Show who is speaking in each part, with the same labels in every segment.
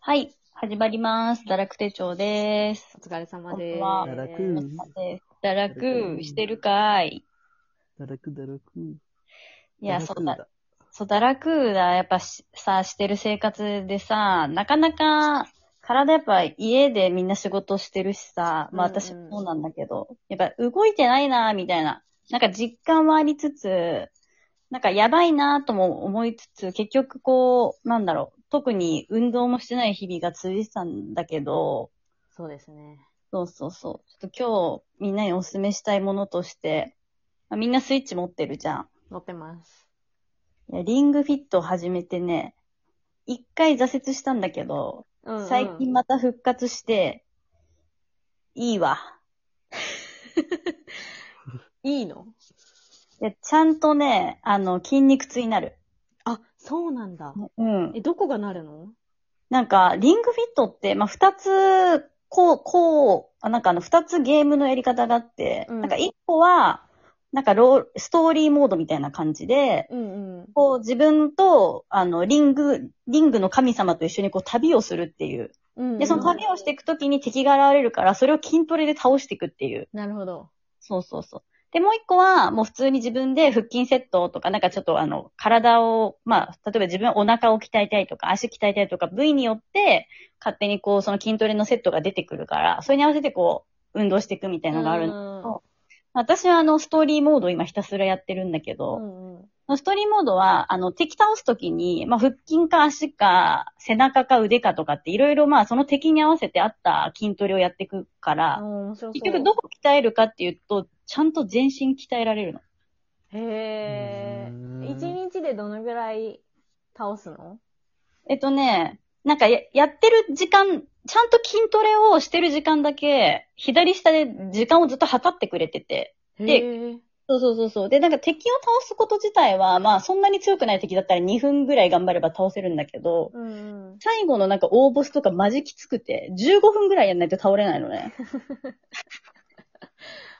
Speaker 1: はい、始まります。堕落手帳です。
Speaker 2: お疲れ様
Speaker 1: こん
Speaker 2: で
Speaker 1: ば
Speaker 2: す。
Speaker 1: んは
Speaker 3: 堕
Speaker 1: お疲れ様
Speaker 3: 落
Speaker 1: です堕落してるかい
Speaker 3: 堕落堕落。
Speaker 1: いや、
Speaker 3: 堕
Speaker 1: そ
Speaker 3: 落
Speaker 1: うだ。。そう、堕落だ、やっぱしさ、してる生活でさ、なかなか、体やっぱ家でみんな仕事してるしさ、まあ
Speaker 2: うんうん
Speaker 1: 私もそうなんだけど、やっぱ動いてないな、みたいな。なんか実感はありつつ、なんかやばいなとも思いつつ、結局こう、なんだろう、特に運動もしてない日々が続いてたんだけど、
Speaker 2: そうですね。
Speaker 1: そうそうそう。ちょっと今日みんなにお勧めしたいものとして、まあみんなスイッチ持ってるじゃん。
Speaker 2: 乗ってます。
Speaker 1: いやリングフィットを始めてね、一回挫折したんだけど、
Speaker 2: うんうん
Speaker 1: 最近また復活して、いいわ。
Speaker 2: いいの
Speaker 1: いやちゃんとね、あの、筋肉痛になる。
Speaker 2: あ、そうなんだ。
Speaker 1: うん
Speaker 2: え、。どこがなるの
Speaker 1: なんか、リングフィットって、まあ、二つ、こう、こう、あなんかあの、二つゲームのやり方があって、
Speaker 2: うん
Speaker 1: なんか一個は、なんかロー、ストーリーモードみたいな感じで、
Speaker 2: うんうん。
Speaker 1: こう、自分と、あの、リング、リングの神様と一緒にこう、旅をするっていう。
Speaker 2: うんうん
Speaker 1: で、その旅をしていくときに敵が現れるから、それを筋トレで倒していくっていう。
Speaker 2: なるほど。
Speaker 1: そうそうそう。で、もう一個は、もう普通に自分で腹筋セットとか、なんかちょっとあの、体を、まあ、例えば自分お腹を鍛えたいとか、足鍛えたいとか、部位によって、勝手にこう、その筋トレのセットが出てくるから、それに合わせてこう、運動していくみたいなのがある。
Speaker 2: の
Speaker 1: 私はあの、ストーリーモードを今ひたすらやってるんだけ
Speaker 2: う
Speaker 1: ど、
Speaker 2: んうん。
Speaker 1: ストーリーモードは、あの、敵倒すときに、まあ、腹筋か足か、背中か腕かとかって、いろいろまあ、その敵に合わせてあった筋トレをやっていくか
Speaker 2: あ、
Speaker 1: ら、
Speaker 2: 面白そう。
Speaker 1: 結局どこ鍛えるかっていうと、ちゃんと全身鍛えられるの。
Speaker 2: へ
Speaker 3: う
Speaker 2: え。
Speaker 3: ーん
Speaker 2: 一日でどのぐらい倒すの
Speaker 1: えっとね、なんかややってる時間、ちゃんと筋トレをしてる時間だけ、左下で時間をずっと測ってくれてて、で
Speaker 2: へえ。
Speaker 1: そうそうそうそう。で、なんか敵を倒すこと自体は、まあ、そんなに強くない敵だったら2分ぐらい頑張れば倒せるんだけど、
Speaker 2: うんうん。
Speaker 1: 最後のなんか大ボスとかマジきつくて、15分ぐらいやんないと倒れないのね。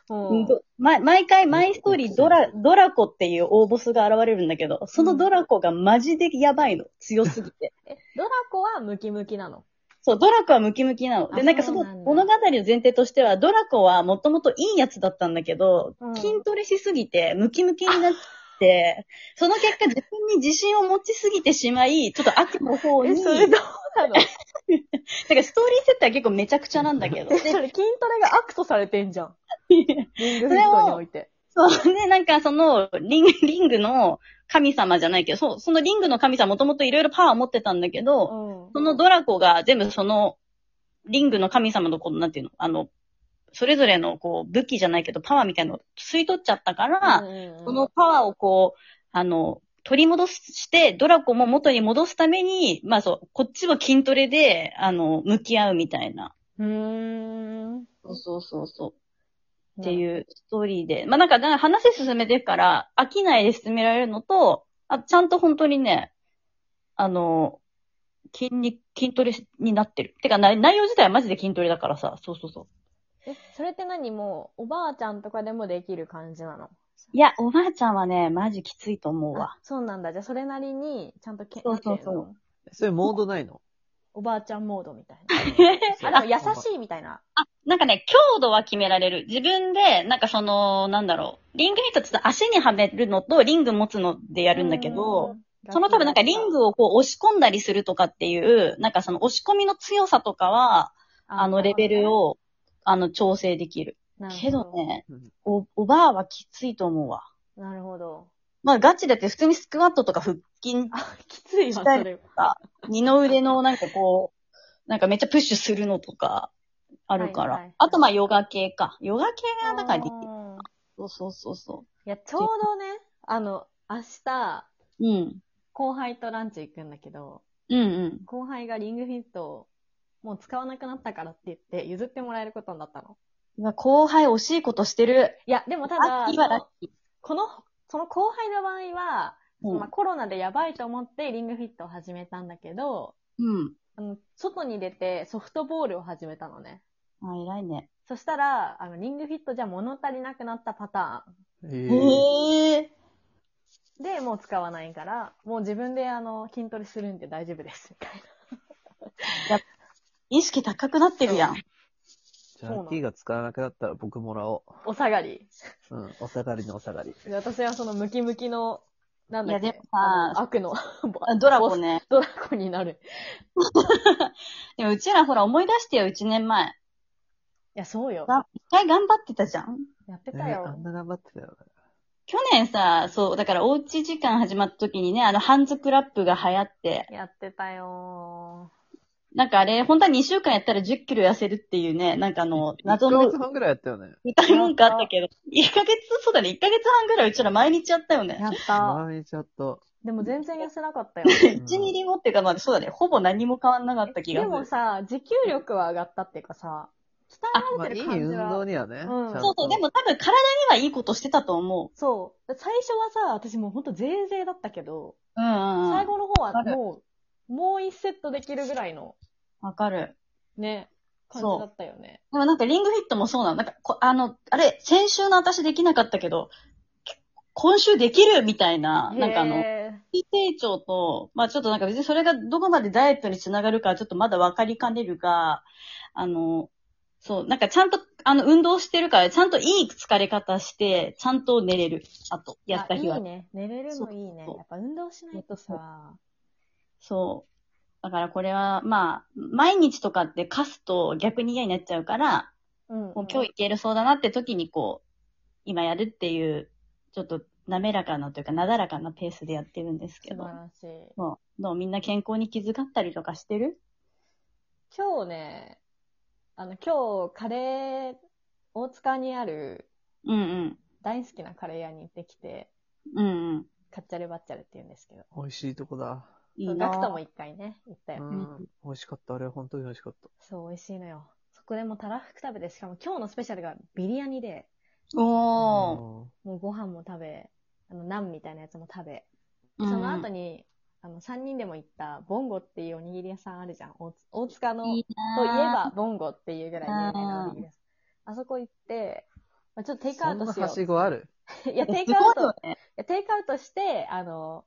Speaker 2: もう
Speaker 1: どま毎回、マイストーリードラ、ドラコっていう大ボスが現れるんだけど、そのドラコがマジでやばいの。強すぎ て。
Speaker 2: え、ドラコはムキムキなの。
Speaker 1: そう、ドラコはムキムキなの。で、
Speaker 2: あ
Speaker 1: なんかそ
Speaker 2: そ
Speaker 1: の
Speaker 2: うなんだ
Speaker 1: 物語の前提としては、ドラコはもともといいやつだったんだけど、
Speaker 2: うん
Speaker 1: 筋トレしすぎて、ムキムキになって、その結果自分に自信を持ちすぎてしまい、ちょっと悪の方に、
Speaker 2: え、
Speaker 1: なん
Speaker 2: そ
Speaker 1: か
Speaker 2: れどうなの
Speaker 1: ストーリー設定は結構めちゃくちゃなんだけ ど。
Speaker 2: え、それ筋トレが悪とされてんじゃん。リングフィッ
Speaker 1: それ
Speaker 2: ト
Speaker 1: を
Speaker 2: において。
Speaker 1: そうね、なんかその、リング、 リングの神様じゃないけど、そう、そのリングの神様もともといろいろパワー持ってたんだけ
Speaker 2: う
Speaker 1: ど、
Speaker 2: ん。
Speaker 1: そのドラコが全部その、リングの神様のこの、なんていうの、あの、それぞれのこう、武器じゃないけど、パワーみたいなのを吸い取っちゃったから、
Speaker 2: うんうんうん
Speaker 1: このパワーをこう、あの、取り戻して、ドラコも元に戻すために、まあそう、こっちは筋トレで、あの、向き合うみたいな。
Speaker 2: うーん。
Speaker 1: そうそうそうそう。っ
Speaker 2: ってう。
Speaker 1: いうストーリーで。まあなんか、なんか話進めてから、飽きないで進められるのと、あちゃんと本当にね、あの、筋肉、筋トレになってる。てか、な内容自体はマジで筋トレだからさ、そうそうそう。
Speaker 2: え、それって何もう、おばあちゃんとかでもできる感じなの
Speaker 1: いや、おばあちゃんはね、マジきついと思うわ。
Speaker 2: あそうなんだ。じゃあ、それなりに、ちゃんとけ
Speaker 1: そうそうそう
Speaker 2: なんていの
Speaker 3: それモードな いの
Speaker 2: おばあちゃんモードみたい
Speaker 3: そう
Speaker 2: な。あ、でも優しいみたいな。
Speaker 1: なんかね、強度は決められる。自分で、なんかその、なんだろう。リングヒットってちょっと足にはめるのと、リング持つのでやるんだけど、
Speaker 2: うん、
Speaker 1: その多分なんかリングをこう押し込んだりするとかっていう、なんかその押し込みの強さとかは、あのレベル
Speaker 2: を、
Speaker 1: を、あの、調整できる。
Speaker 2: なるほ
Speaker 1: けど。ね、
Speaker 3: うん
Speaker 1: お、おばあはきついと思うわ。
Speaker 2: なるほど。
Speaker 1: まあ、ガチだって普通にスクワットとか腹筋、
Speaker 2: あ、きついわ、そ
Speaker 1: したい
Speaker 2: れ。
Speaker 1: 二の腕のなんかこう、なんかめっちゃプッシュするのとか、あるから。
Speaker 2: はいはい
Speaker 1: あとまあ、ヨガ系か。ヨガ系がだからできる。
Speaker 2: うん
Speaker 1: そうそうそうそ
Speaker 2: いや、ちょうどね、あの、明日、
Speaker 1: う。うん。
Speaker 2: 後輩とランチ行くんだけど、
Speaker 1: うんうん。
Speaker 2: 後輩がリングフィットを、もう使わなくなったからって言って、譲ってもらえることになったの。
Speaker 1: 今、後輩惜しいことしてる。
Speaker 2: いや、でもた
Speaker 1: ラ
Speaker 2: だ、
Speaker 1: ッキーはラッキー。
Speaker 2: この、その後輩の場合は、
Speaker 1: うん
Speaker 2: まあ、コロナでやばいと思ってリングフィットを始めたんだけど、
Speaker 1: うん。
Speaker 2: あの外に出てソフトボールを始めたのね。
Speaker 1: あ、偉いね。
Speaker 2: そしたら、あの、リングフィットじゃ物足りなくなったパタ
Speaker 3: え
Speaker 1: へ
Speaker 3: ー
Speaker 1: え。
Speaker 2: ーンでもう使わないから、もう自分であの、筋トレするんで大丈夫です、みたい
Speaker 1: 意識高くなってるやん。
Speaker 3: じ
Speaker 2: うな
Speaker 3: ゃ
Speaker 2: の
Speaker 3: あ、T が使わなくなったら僕もらお
Speaker 2: お下がり。
Speaker 3: う。うん、お下がりのお下がり。
Speaker 2: で私はそのムキムキの、なんだっけ
Speaker 1: いやでもさ
Speaker 2: あの悪の、
Speaker 1: ドラゴンね。
Speaker 2: ドラゴンになる。
Speaker 1: でもうちらほら思い出してよ、1年前。
Speaker 2: いや、そうよ。
Speaker 1: が一回頑張ってたじゃん。
Speaker 2: やって
Speaker 3: え
Speaker 2: た
Speaker 3: あ
Speaker 2: よ
Speaker 3: ん。な頑張ってたよ。
Speaker 1: 去年さ、そう、だからおうち時間始まった時にね、あの、ハンズクラップが流行って、
Speaker 2: やってたよ
Speaker 1: なんかあれ、本当は2週間やったら10キロ痩せるっていうね、なんかあの、謎
Speaker 3: 1ヶ
Speaker 1: の
Speaker 3: 月半ぐらいやったよね。
Speaker 1: 歌い文句あったけど、1ヶ月、そうだね、1ヶ月半ぐらいうちら毎日やったよ
Speaker 2: ー。
Speaker 1: ね。
Speaker 2: やった。
Speaker 3: 毎日やった。
Speaker 2: でも全然痩せなかったよ。
Speaker 1: 1、2リゴっていうか、まあそうだね、ほぼ何も変わんなか った気が
Speaker 2: ですも
Speaker 1: る。
Speaker 2: さ、持久力は上がったっていうかさ、鍛え
Speaker 3: ま
Speaker 2: ら
Speaker 3: あ、
Speaker 2: れてる
Speaker 3: いい
Speaker 2: 感じ
Speaker 3: 運
Speaker 2: は。
Speaker 3: 動にはね。
Speaker 2: うん
Speaker 3: ちゃんと
Speaker 1: そうそう、でも多分体にはいいことしてたと思
Speaker 2: そう。最初はさ、私もうほんとぜいぜいだったけど、
Speaker 1: う。うんうんう
Speaker 2: 最
Speaker 1: ん。
Speaker 2: 後の方
Speaker 1: わ
Speaker 2: は
Speaker 1: かる
Speaker 2: もう、もう一セットできるぐらいの、
Speaker 1: わかる。
Speaker 2: ね、感じ
Speaker 1: そう
Speaker 2: だったよね。
Speaker 1: でもなんかリングフィットもそうなの。なんかこ、あの、あれ、先週の私できなかったけど、今週できるみたいな、なんかあの、
Speaker 2: へー
Speaker 1: 低成長と、まあちょっとなんか別にそれがどこまでダイエットにつながるかはちょっとまだわかりかねるが、あの、そう、なんかちゃんと、あの、運動してるから、ちゃんといい疲れ方して、ちゃんと寝れる。あと、やった日
Speaker 2: あ
Speaker 1: は。
Speaker 2: いいね。寝れるのいいね。
Speaker 1: そうそう
Speaker 2: やっぱ運動しないとさ、
Speaker 1: そう。だからこれは、まあ、毎日とかって貸すと逆に嫌になっちゃうから、
Speaker 2: うん
Speaker 1: もう今日いけるそうだなって時にこう、今やるっていう、ちょっと滑らかなというか、なだらかなペースでやってるんですけ
Speaker 2: 素
Speaker 1: ど
Speaker 2: 晴。らしい。
Speaker 1: もう、どうみんな健康に気遣ったりとかしてる
Speaker 2: 今日ね、あの、今日、カレー、大塚にある
Speaker 1: うんうん。
Speaker 2: 大好きなカレー屋に行ってきて、
Speaker 1: うんうん。
Speaker 2: カッチャレバッチャレって言うんですけど、
Speaker 3: 美味しいとこだ。
Speaker 1: いい
Speaker 2: ガクタ
Speaker 1: な
Speaker 2: も一回ね、行った
Speaker 3: う
Speaker 2: よ。
Speaker 3: ん。美味しかった。あれは本当に美味しかった。
Speaker 2: そう、美味しいのよ。そこでもうたらふく食べて、しかも今日のスペシャルがビリヤニで、
Speaker 1: おー。
Speaker 2: もうご飯も食べ、あの、ナンみたいなやつも食べ、
Speaker 1: うん
Speaker 2: その後に、あの、3人でも行った、ボンゴっていうおにぎり屋さんあるじゃん。大津大塚の、とい
Speaker 1: い
Speaker 2: え
Speaker 1: いな
Speaker 2: ば、ボンゴっていうぐらい有名なおにぎり屋さん。あそこ行って、まあ、ちょっとテイクア
Speaker 3: そ
Speaker 2: ウト
Speaker 3: んな
Speaker 2: しよ
Speaker 3: は
Speaker 2: う。
Speaker 3: しごある
Speaker 2: いや、テイク
Speaker 1: す
Speaker 2: ア
Speaker 1: ご
Speaker 2: ウ
Speaker 1: いよ
Speaker 2: ト、
Speaker 1: ね。
Speaker 2: いやテイクアウトして、あの、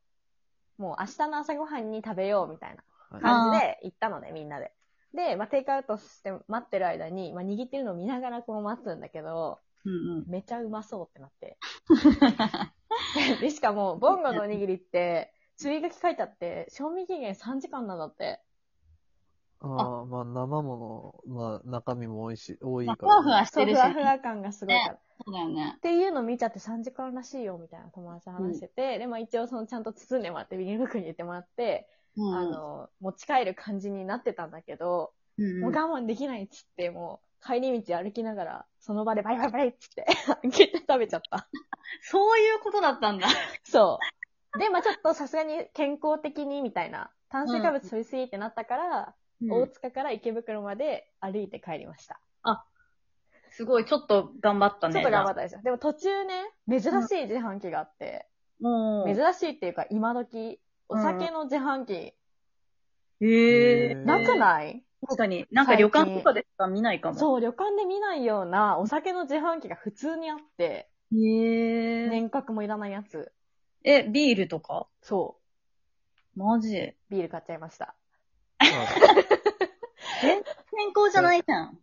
Speaker 2: もう明日の朝ごはんに食べようみたいな感じで行ったのね、みんなで。で、まあ、テイクアウトして待ってる間に、まあ、握ってるのを見ながらこう待つんだけど、
Speaker 1: うんう ん。
Speaker 2: めちゃうまそうってなって。 で、しかも、ボンゴのおにぎりって、注意書き書いてあって、賞味期限3時間なんだって。
Speaker 3: ああ、まあ生もの、まあ中身も美味しい、多い
Speaker 1: まあ
Speaker 3: か
Speaker 1: ふわ
Speaker 3: ら
Speaker 1: ふ
Speaker 3: ね、
Speaker 1: わして
Speaker 2: そう
Speaker 1: る
Speaker 2: ふ
Speaker 1: し。
Speaker 2: わふわ感がすごいから。
Speaker 1: そうだよね
Speaker 2: っ。ていうの見ちゃって3時間らしいよ、みたいな友達と話してて、で、まあ一応そのちゃんと包んでもらって、ビニール袋に入れてもらって、
Speaker 1: うん
Speaker 2: あの、持ち帰る感じになってたんだけど、
Speaker 1: うん
Speaker 2: もう我慢できないっつって、もう帰り道歩きながら、その場でバイバイバイっつって、開けて食べちゃった。
Speaker 1: そういうことだったんだ。
Speaker 2: そう。で、まあちょっとさすがに健康的にみたいな、炭水化物取りすぎってなったから、大塚から池袋まで歩いて帰りました。
Speaker 1: すごい、ちょっと頑張ったね。
Speaker 2: ちょっと頑張
Speaker 1: っ
Speaker 2: ったでしょ。でも途中ね、珍しい自販機があって、
Speaker 1: た。も
Speaker 2: 珍
Speaker 1: う。
Speaker 2: しいっていうか今時、お酒の自販機、
Speaker 1: へえ
Speaker 3: うん
Speaker 1: ー。
Speaker 2: なくない
Speaker 1: 確かに。なんか旅館とかでしか見ないかも。
Speaker 2: そう、旅館で見ないようなお酒の自販機が普通にあって、
Speaker 1: う。へえー。
Speaker 2: 年格もいらないやつ。
Speaker 1: え、ビールとか
Speaker 2: そ
Speaker 1: マジ。健
Speaker 2: う、ビール買っちゃいました。
Speaker 3: まあ
Speaker 1: 康じゃないじゃん。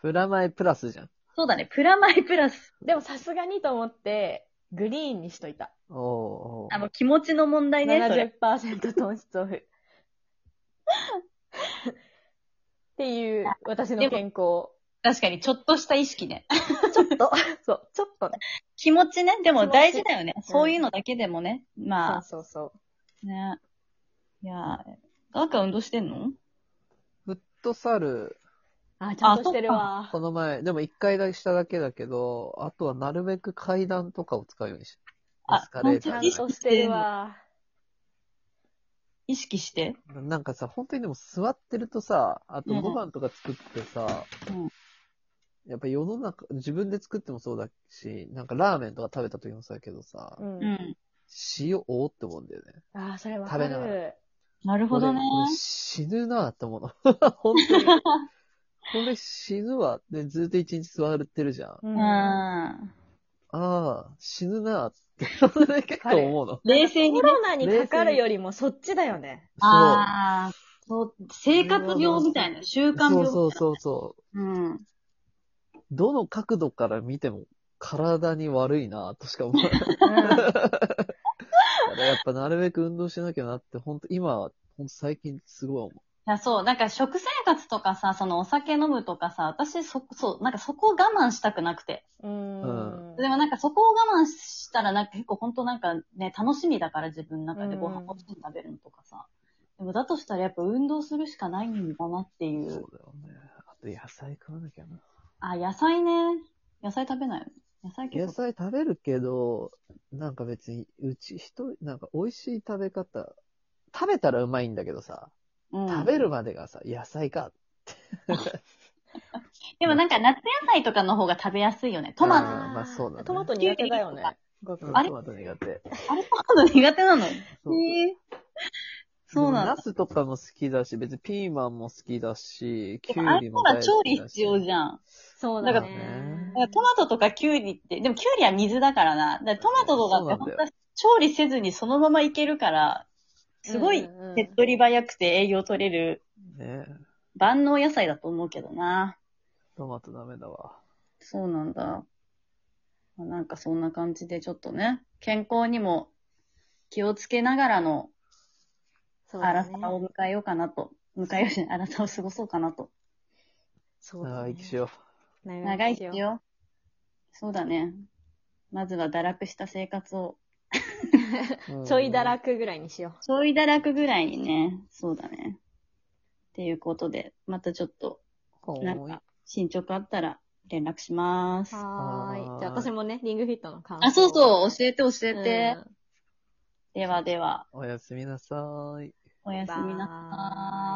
Speaker 3: プラマイプラスじゃん。
Speaker 1: そうだね。プラマイプラス。
Speaker 2: でもさすがにと思って、グリーンにしといた。
Speaker 3: おおうおう
Speaker 1: あの、気持ちの問題ね、それ。
Speaker 2: 70%糖質オフ。っていう、私の健康。ちょ
Speaker 1: 確かに、ちょっとした意識ね。
Speaker 2: っと、 そう、ちょっとね。
Speaker 1: 気持ちね。で
Speaker 2: 気
Speaker 1: も
Speaker 2: 持ち
Speaker 1: 大事だよね。そういうのだけでもね。
Speaker 2: そ
Speaker 1: ま
Speaker 2: うそうそう。
Speaker 1: あ、ね。いやー、ガクは運動してんの
Speaker 3: フットサル、
Speaker 2: あ、ちゃんとしてるわ。
Speaker 3: この前、でも一回だけしただけだけど、あとはなるべく階段とかを使うようにし
Speaker 1: あ
Speaker 3: エスカレー
Speaker 2: ち
Speaker 3: タ
Speaker 2: ゃ
Speaker 3: ー
Speaker 2: ん
Speaker 3: じゃ
Speaker 2: としてるわ。
Speaker 1: 意識して。
Speaker 3: ないなんかさ、本当にでも座ってるとさ、あと
Speaker 1: うん
Speaker 3: ご飯とか作ってさ、
Speaker 1: うん
Speaker 3: やっぱ世の中、自分で作ってもそうだし、なんかラーメンとか食べた時もそうだけどさ、
Speaker 2: うん
Speaker 1: うん。
Speaker 3: 塩多って思うんだよね。
Speaker 2: ああ、それわか
Speaker 3: 食べなが
Speaker 2: る。
Speaker 1: なるほどね。
Speaker 3: 俺俺死ぬなって思うの。本 当に。これ死ぬわ。で、ずっと一日座ってるじゃん。
Speaker 2: う
Speaker 1: うんん。
Speaker 3: ああ、死ぬなって、それ結構思うの。
Speaker 1: 冷静に
Speaker 2: コ。ロナにかかるよりもそっちだよね。
Speaker 1: ああ、そう、生活病みたいな、習慣
Speaker 3: そ
Speaker 1: 病。
Speaker 3: うそうそうそう。
Speaker 1: うん。
Speaker 3: どの角度から見ても体に悪いなとしか思わない。
Speaker 2: うん
Speaker 3: だからやっぱなるべく運動しなきゃなって、ほんと今は、ほんと最近すごい思う。
Speaker 1: いや、そう、なんか食生活とかさ、そのお酒飲むとかさ、私そ、そう、なんかそこを我慢したくなくて。
Speaker 2: うん。
Speaker 1: でもなんかそこを我慢したら、なんか結構本当なんかね、楽しみだから自分の中でご飯
Speaker 2: うん
Speaker 1: をしに食べるのとかさ。でもだとしたらやっぱ運動するしかないんだなってい
Speaker 3: そう
Speaker 1: う。
Speaker 3: だよね。あと野菜食わなきゃな。
Speaker 1: あ、野菜ね。野菜食べないよね。野菜
Speaker 3: 野
Speaker 1: 結構。
Speaker 3: 菜食べるけど、なんか別に、うち一人、なんか美味しい食べ方、食べたらうまいんだけどさ、
Speaker 1: うん
Speaker 3: 食べるまでがさ、野菜か。
Speaker 1: でもなんか夏野菜とかの方が食べやすいよね。トマト。
Speaker 3: あーまあそうだね
Speaker 2: トマト苦手だよね。ごく
Speaker 3: うん
Speaker 1: あれ
Speaker 3: トマト苦
Speaker 1: あ
Speaker 3: 手。
Speaker 1: れトマト苦手なの
Speaker 3: そう
Speaker 1: へえそうなんだ。
Speaker 3: ナスとかも好きだし、別にピーマンも好きだし、キ
Speaker 1: で
Speaker 3: ュ
Speaker 1: もあ
Speaker 3: ウ
Speaker 1: れ
Speaker 3: リ
Speaker 1: ほ
Speaker 3: も大
Speaker 1: ら
Speaker 3: 好きだし。
Speaker 1: 調理必要じ
Speaker 3: ん。
Speaker 1: ゃん。
Speaker 2: そう
Speaker 1: だ
Speaker 2: だ
Speaker 1: から
Speaker 2: ね
Speaker 1: だか。らトマトとかキュウリって、でもキュウリは水だからな。だからトマトとかって
Speaker 3: そうな
Speaker 1: 本
Speaker 3: ん
Speaker 1: 当
Speaker 3: だ
Speaker 1: は調理せずにそのままいけるから、すごい
Speaker 2: うんうんうん
Speaker 1: 手っ取り早くて栄養取れる
Speaker 3: ね
Speaker 1: 万能野菜だと思うけどな。
Speaker 3: トマトダメだわ。
Speaker 1: そうなんだ。まあなんかそんな感じでちょっとね、健康にも気をつけながらの
Speaker 2: そうだ
Speaker 1: 荒さ
Speaker 2: ね。
Speaker 1: を迎えようかなと。迎えようしない、荒さを過ごそうかなと。
Speaker 2: そうだね
Speaker 3: 長生きしよ
Speaker 1: 長
Speaker 2: 長
Speaker 1: い
Speaker 2: 生
Speaker 1: き
Speaker 2: きしよ
Speaker 1: よ。そうだね。まずは堕落した生活を。
Speaker 3: う。
Speaker 2: う。
Speaker 3: うん
Speaker 2: ちょい堕。落ぐらいにしよ
Speaker 1: ちょい堕落ぐらいにね、そうだね。っていうことで、またちょっと
Speaker 3: ほ
Speaker 1: なん
Speaker 3: ん
Speaker 1: か進捗あったら連絡しま
Speaker 2: う。
Speaker 1: す。あ、
Speaker 2: はーい。じゃあ
Speaker 3: はーい
Speaker 2: 私もね、リングフィットの感
Speaker 1: そう
Speaker 2: う。
Speaker 1: そう、教えて教え
Speaker 2: うん
Speaker 1: て。ではでは、
Speaker 3: おやすみなさーい。
Speaker 1: おやすみなさーい。